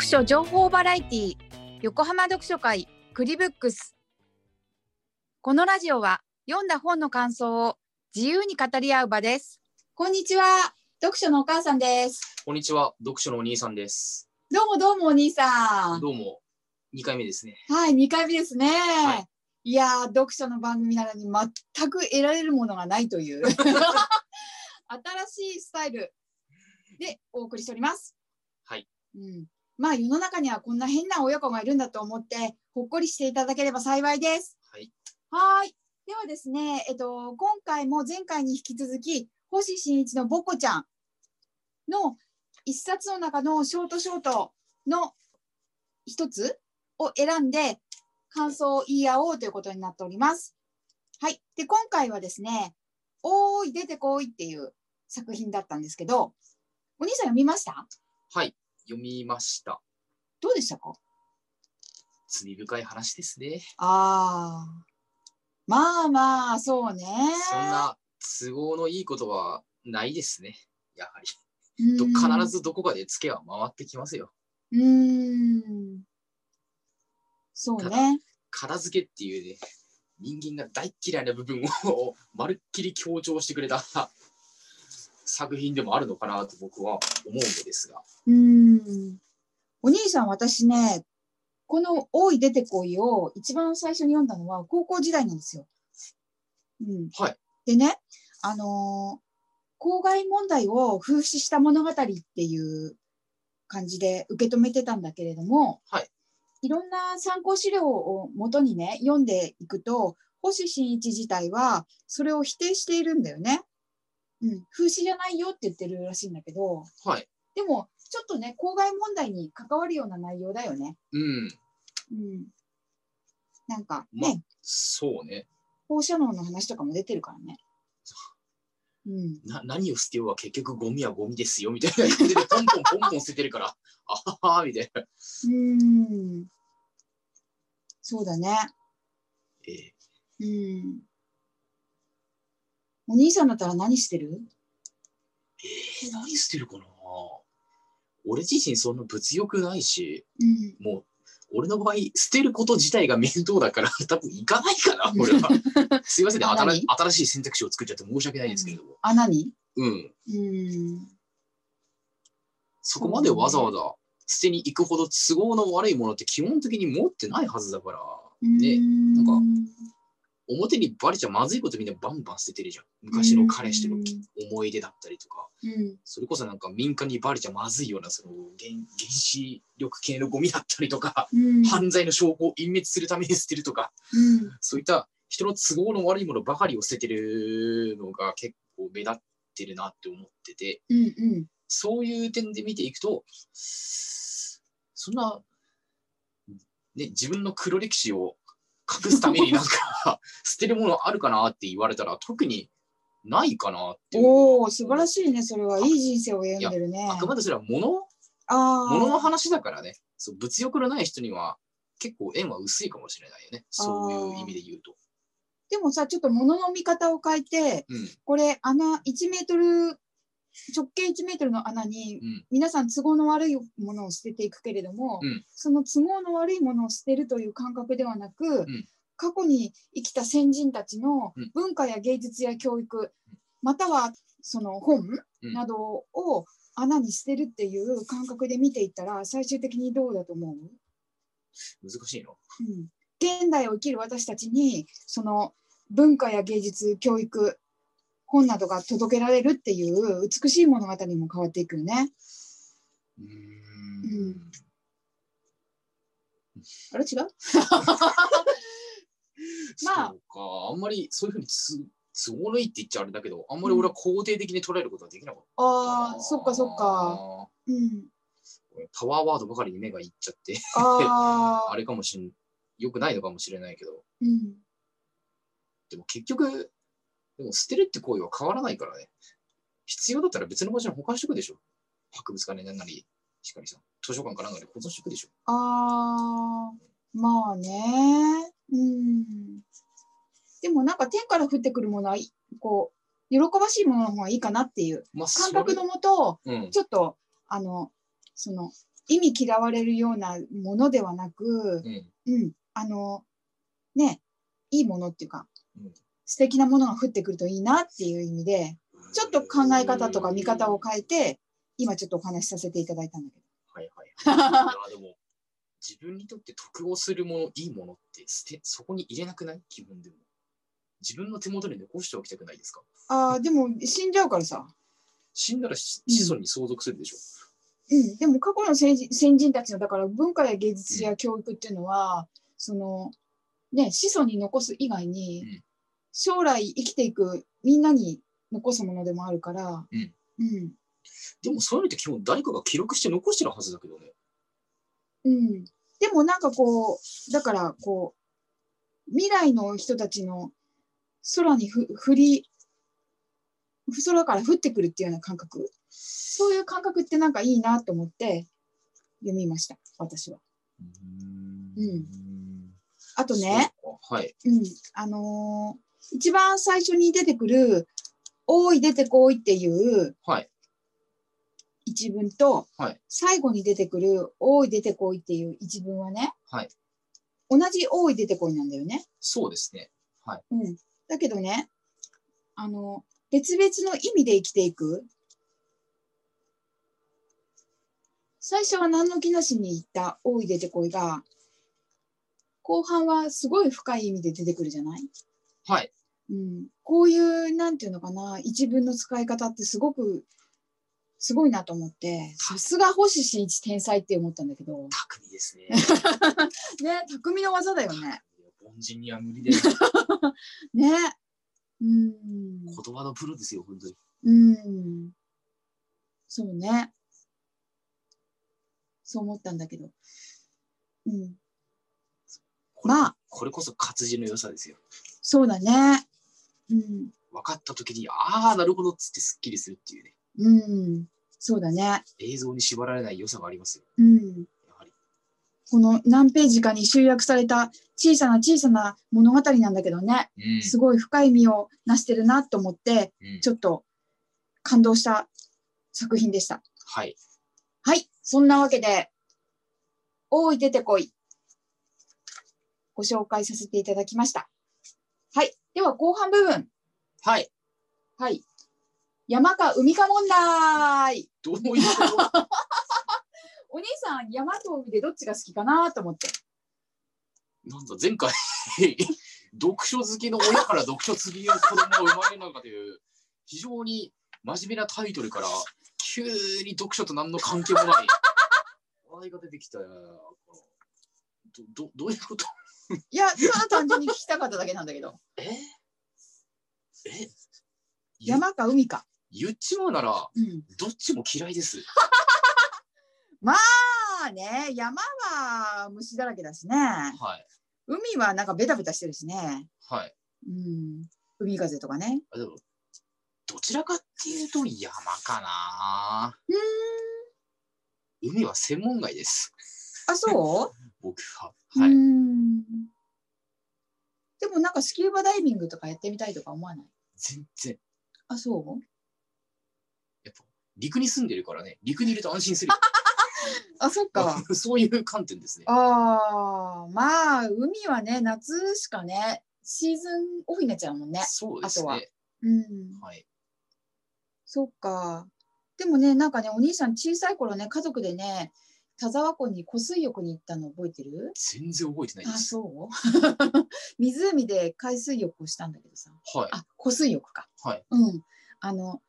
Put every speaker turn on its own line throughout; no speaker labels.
書情報バラエティ横浜読書会クリブックスこのラジオは読んだ本の感想を自由に語り合う場ですこんにちは読書のお母さんです
こんにちは、読書のお兄さんです。
どうもどうもお兄さん
どうも、2回目ですね。
はい2回目ですね、、
はい
やー読書の番組なのに全く得られるものがないという 新しいスタイルでお送りしております
はい、
うん、まあ世の中にはこんな変な親子がいるんだと思ってほっこりしていただければ幸いです。
はい、
はーいではですね、えっと、今回も前回に引き続き星新一の「ボコちゃん」の一冊の中のショートショートの一つを選んで感想を言い合おうということになっております。はい、で今回はですね「おーい出てこい」っていう作品だったんですけどお兄さん読みました
はい、読みました。
どうでしたか
罪深い話ですね。
ああ。まあまあ、そうね。
そんな都合のいいことはないですね。やはり。
うん
と必。ずどこかでツケは回ってきますよ。
うーん。そうね。
片付けっていうね、人間が大嫌いな部分をまるっきり強調してくれた作品でもあるのかなと僕は思うのですが。
うーん。お兄さん、私ね、この「大い出てこい」を一番最初に読んだのは高校時代なんですよ。うん
はい
でね、あのー公害問題を風刺した物語っていう感じで受け止めてたんだけれども、
はい、
いろんな参考資料を元にね読んでいくと星新一自体はそれを否定しているんだよね。うん、風刺じゃないよって言ってるらしいんだけど
はい。
でもちょっとね公害問題に関わるような内容だよね。
うん、
うん、なんか
ま
ね、
そうね。
放射能の話とかも出てるからね。うん、
な何を捨てようは結局ゴミはゴミですよみたいな感じでポンポンポンポン捨ててるから あははみたいな、
うんそうだね。
えー
うん。お兄さんだったら何してる
えー何捨てるかな俺自身そんな物欲ないし
うん。
もう俺の場合捨てること自体が面倒だから 多分行かないかな俺はすいませんね
あ
新
何
新しい選択肢を作っちゃって申し訳ないですけれども
あ、何
うん、
うん。
そこまでわざわざ捨てに行くほど都合の悪いものって基本的に持ってないはずだからね
なん
か表にバレちゃまずいことみんなバンバン捨ててるじゃん昔の彼氏との思い出だったりとか
うん。
それこそなんか民間にバレちゃまずいようなその原原子力系のゴミだったりとか、
うん。
犯罪の証拠を隠滅するために捨てるとか、
うん。
そういった人の都合の悪いものばかりを捨ててるのが結構目立ってるなって思ってて、
うん。うん。
そういう点で見ていくと、そんな、ね、自分の黒歴史を隠すためになん か捨てるものあるかなって言われたら特にないかなっていうのは。
おお、素晴らしいね、それは。いい人生を歩んでるね。
あくまでそれは物
ああ。
物の話だからね、そう物欲のない人には結構縁は薄いかもしれないよね、そういう意味で言うと。
でもさ、ちょっと物の見方を変えて、
うん、
これ、穴1メートル、直径1メートルの穴に
うん、
皆さん都合の悪いものを捨てていくけれども、
うん
その都合の悪いものを捨てるという感覚ではなく、
ん
過去に生きた先人たちの
うん
文化や芸術や教育、またはその本
うん
などを穴に捨てるっていう感覚で見ていったら最終的にどうだと思う、
難しいの。
うん、現代を生きる私たちにその文化や芸術教育本などが届けられるっていう美しい物語にも変わっていくよね。
うー
うん
ん
あれ違うまあ
そうか、あんまりそういうふうにつ都合のいいって言っちゃあれだけど、あんまり俺は肯定的に捉えることはできなかっ
あ
た。
あ、そっかそっか。。うん。
パワーワードばかりに目がいっちゃって、
あ
あ
あ。
れかもしん、よくないのかもしれないけど、
うん。
でも結局、でも捨てるって行為は変わらないからね。必要だったら別の場所に保管しておくでしょ。博物館ね、なんなり、しかりさん、図書館かなんかで保存しておくでしょ。
ああ。まあね。うん。でもなんか天から降ってくるものはい、こう、喜ばしいものの方がいいかなっていう
ま
感
あ、それ
覚のもと、
うん。
ちょっと、あの、その、意味嫌われるようなものではなく、
うん。
うん、あの、ね、いいものっていうか、
うん
素敵なものが降ってくるといいなっていう意味で、ちょっと考え方とか見方を変えて、今ちょっとお話しさせていただいたんだけ
はいはい。
ど。
いやでも、自分にとって得をするもの、いいものって捨て、そこに入れなくない気分でも。自分の手元に残しておきたくないですか
ああ、でも死んじゃうからさ。
死んだらし
うん
子孫に相続するでしょ。
うん、でも過去の先人先人たちのだから文化や芸術や教育っていうのは、そのね子孫に残す以外に、
うん
将来生きていくみんなに残すものでもあるから、
うん
うん
でもそういうのって基本誰かが記録して残してるはずだけどね。
うんでもなんかこうだからこう未来の人たちの空にふ降り空から降ってくるっていうような感覚そういう感覚ってなんかいいなと思って読みました私は。
う
うん
ん。
あとね、
そうか。はい。
うん、あのー一番最初に出てくる「おーい出てこい」っていう
はい。
一文と、
はい
最後に出てくる「おーい出てこい」っていう一文はね、
はい
同じ「おーい出てこい」なんだよね。
そうですね。
うん、だけどねあの別々の意味で生きていく最初は何の気なしに言った「おい出てこい」が後半はすごい深い意味で出てくるじゃない
はい。
うん、こういうなんていうのかな一文の使い方ってすごくすごいなと思ってさすが星新一天才って思ったんだけど
巧みですね。
ね匠の技だよね。
凡人には無理です。
ねうん
言葉のプロですよ、本当に。
うんそうねそう思ったんだけど、うん、
これ
まあ
これこそ活字の良さですよ。
そうだねうん
分かった時に、ああ、なるほどっつってすっきりするっていうね。
うんそうだね
映像に縛られない良さがありますよ。
うん
やはり。
この何ページかに集約された小さな小さな物語なんだけどね
うん
すごい深い意味をなしてるなと思って
うん
ちょっと感動した作品でした。
はい。
はい、そんなわけで、大い出てこい。ご紹介させていただきました。はい、では後半部分。
はい。
はい。山か海か問題。
どういうこと
お兄さん、山と海でどっちが好きかなと思って。
なんだ、前回、 読書好きの親から読書好きの子供が生まれるのかという、非常に真面目なタイトルから、急に読書と何の関係 もない話題が出てきたからどどどういうこと
いや、ただ単純に聞きたかっただけなんだけど。
ええ言
山か海か。
言っちまうなら、
うん。
どっちも嫌いです。
まあね、山は虫だらけだしね。
はい。
海はなんかベタベタしてるしね。
はい。
うん。海風とかね。
あでも、どちらかっていうと山かな
うーん。
海は専門外です。
あ、そう
僕は。は
うー
い。
んでもなんかスキューバダイビングとかやってみたいとか思わない
全然。
あ、そう
やっぱ、陸に住んでるからね、陸にいると安心する。
あ、そっか。
そういう観点ですね。
ああ、まあ、海はね、夏しかね、シーズンオフになっちゃうもんね。
そうです
あとは
ね。
うん。
はい。
そっか。でもね、なんかね、お兄さん小さい頃ね、家族でね、田沢湖に湖水浴に行ったの覚えてる
全然覚えてないで
あ、
す。
そう 湖で海水浴をしたんだけどさ。
はい。
あ、湖水浴か。
はい。
うん。あの、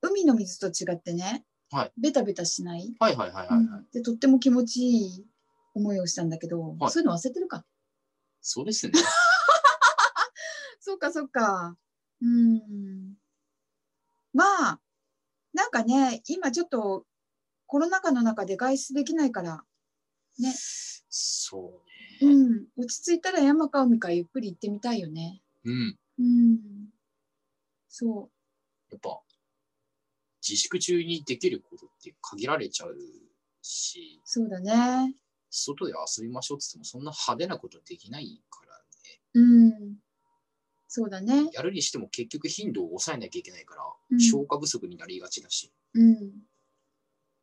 海の水と違ってね、
はい
ベタベタしない、
はいはいはいはいはい。
で、とっても気持ちいい思いをしたんだけど、
はい
そういうの忘れてるか。
そうですね。
そっかそっか。うん。まあ、なんかね、今ちょっとコロナ禍の中で外出できないから、
そう
う
ね。
ん、落ち着いたら山か海かゆっくり行ってみたいよね。
うん。
うん。そう。
やっぱ、自粛中にできることって限られちゃうし、
そうだね。
外で遊びましょうって言っても、そんな派手なことできないからね。
うん。そうだね。
やるにしても結局頻度を抑えなきゃいけないから、
うん
消化不足になりがちだし、
うん。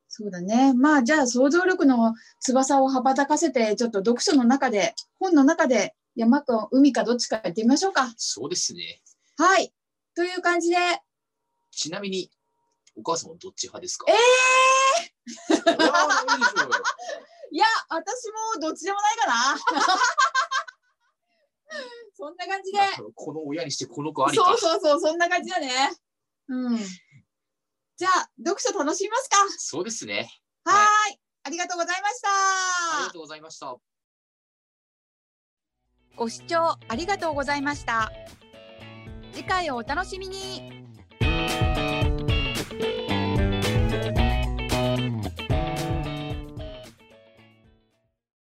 そうだね。まあじゃあ想像力の翼を羽ばたかせて、ちょっと読書の中で、本の中で山か海かどっちかやってみましょうか。
そうですね。
はい。という感じで、
ちなみに、お母さんはどっち派ですか
えー、
それは ないでしょうよ
いや、私もどっちでもないかな。 そんな感じで。
なんかこの親にしてこの子ありか。
そうそうそう、そんな感じだね。うん。じゃあ、読書楽しみますか。
そうですね。
はーい。ありがとうございました。
ありがとうございました。
ご視聴ありがとうございました。次回をお楽しみに。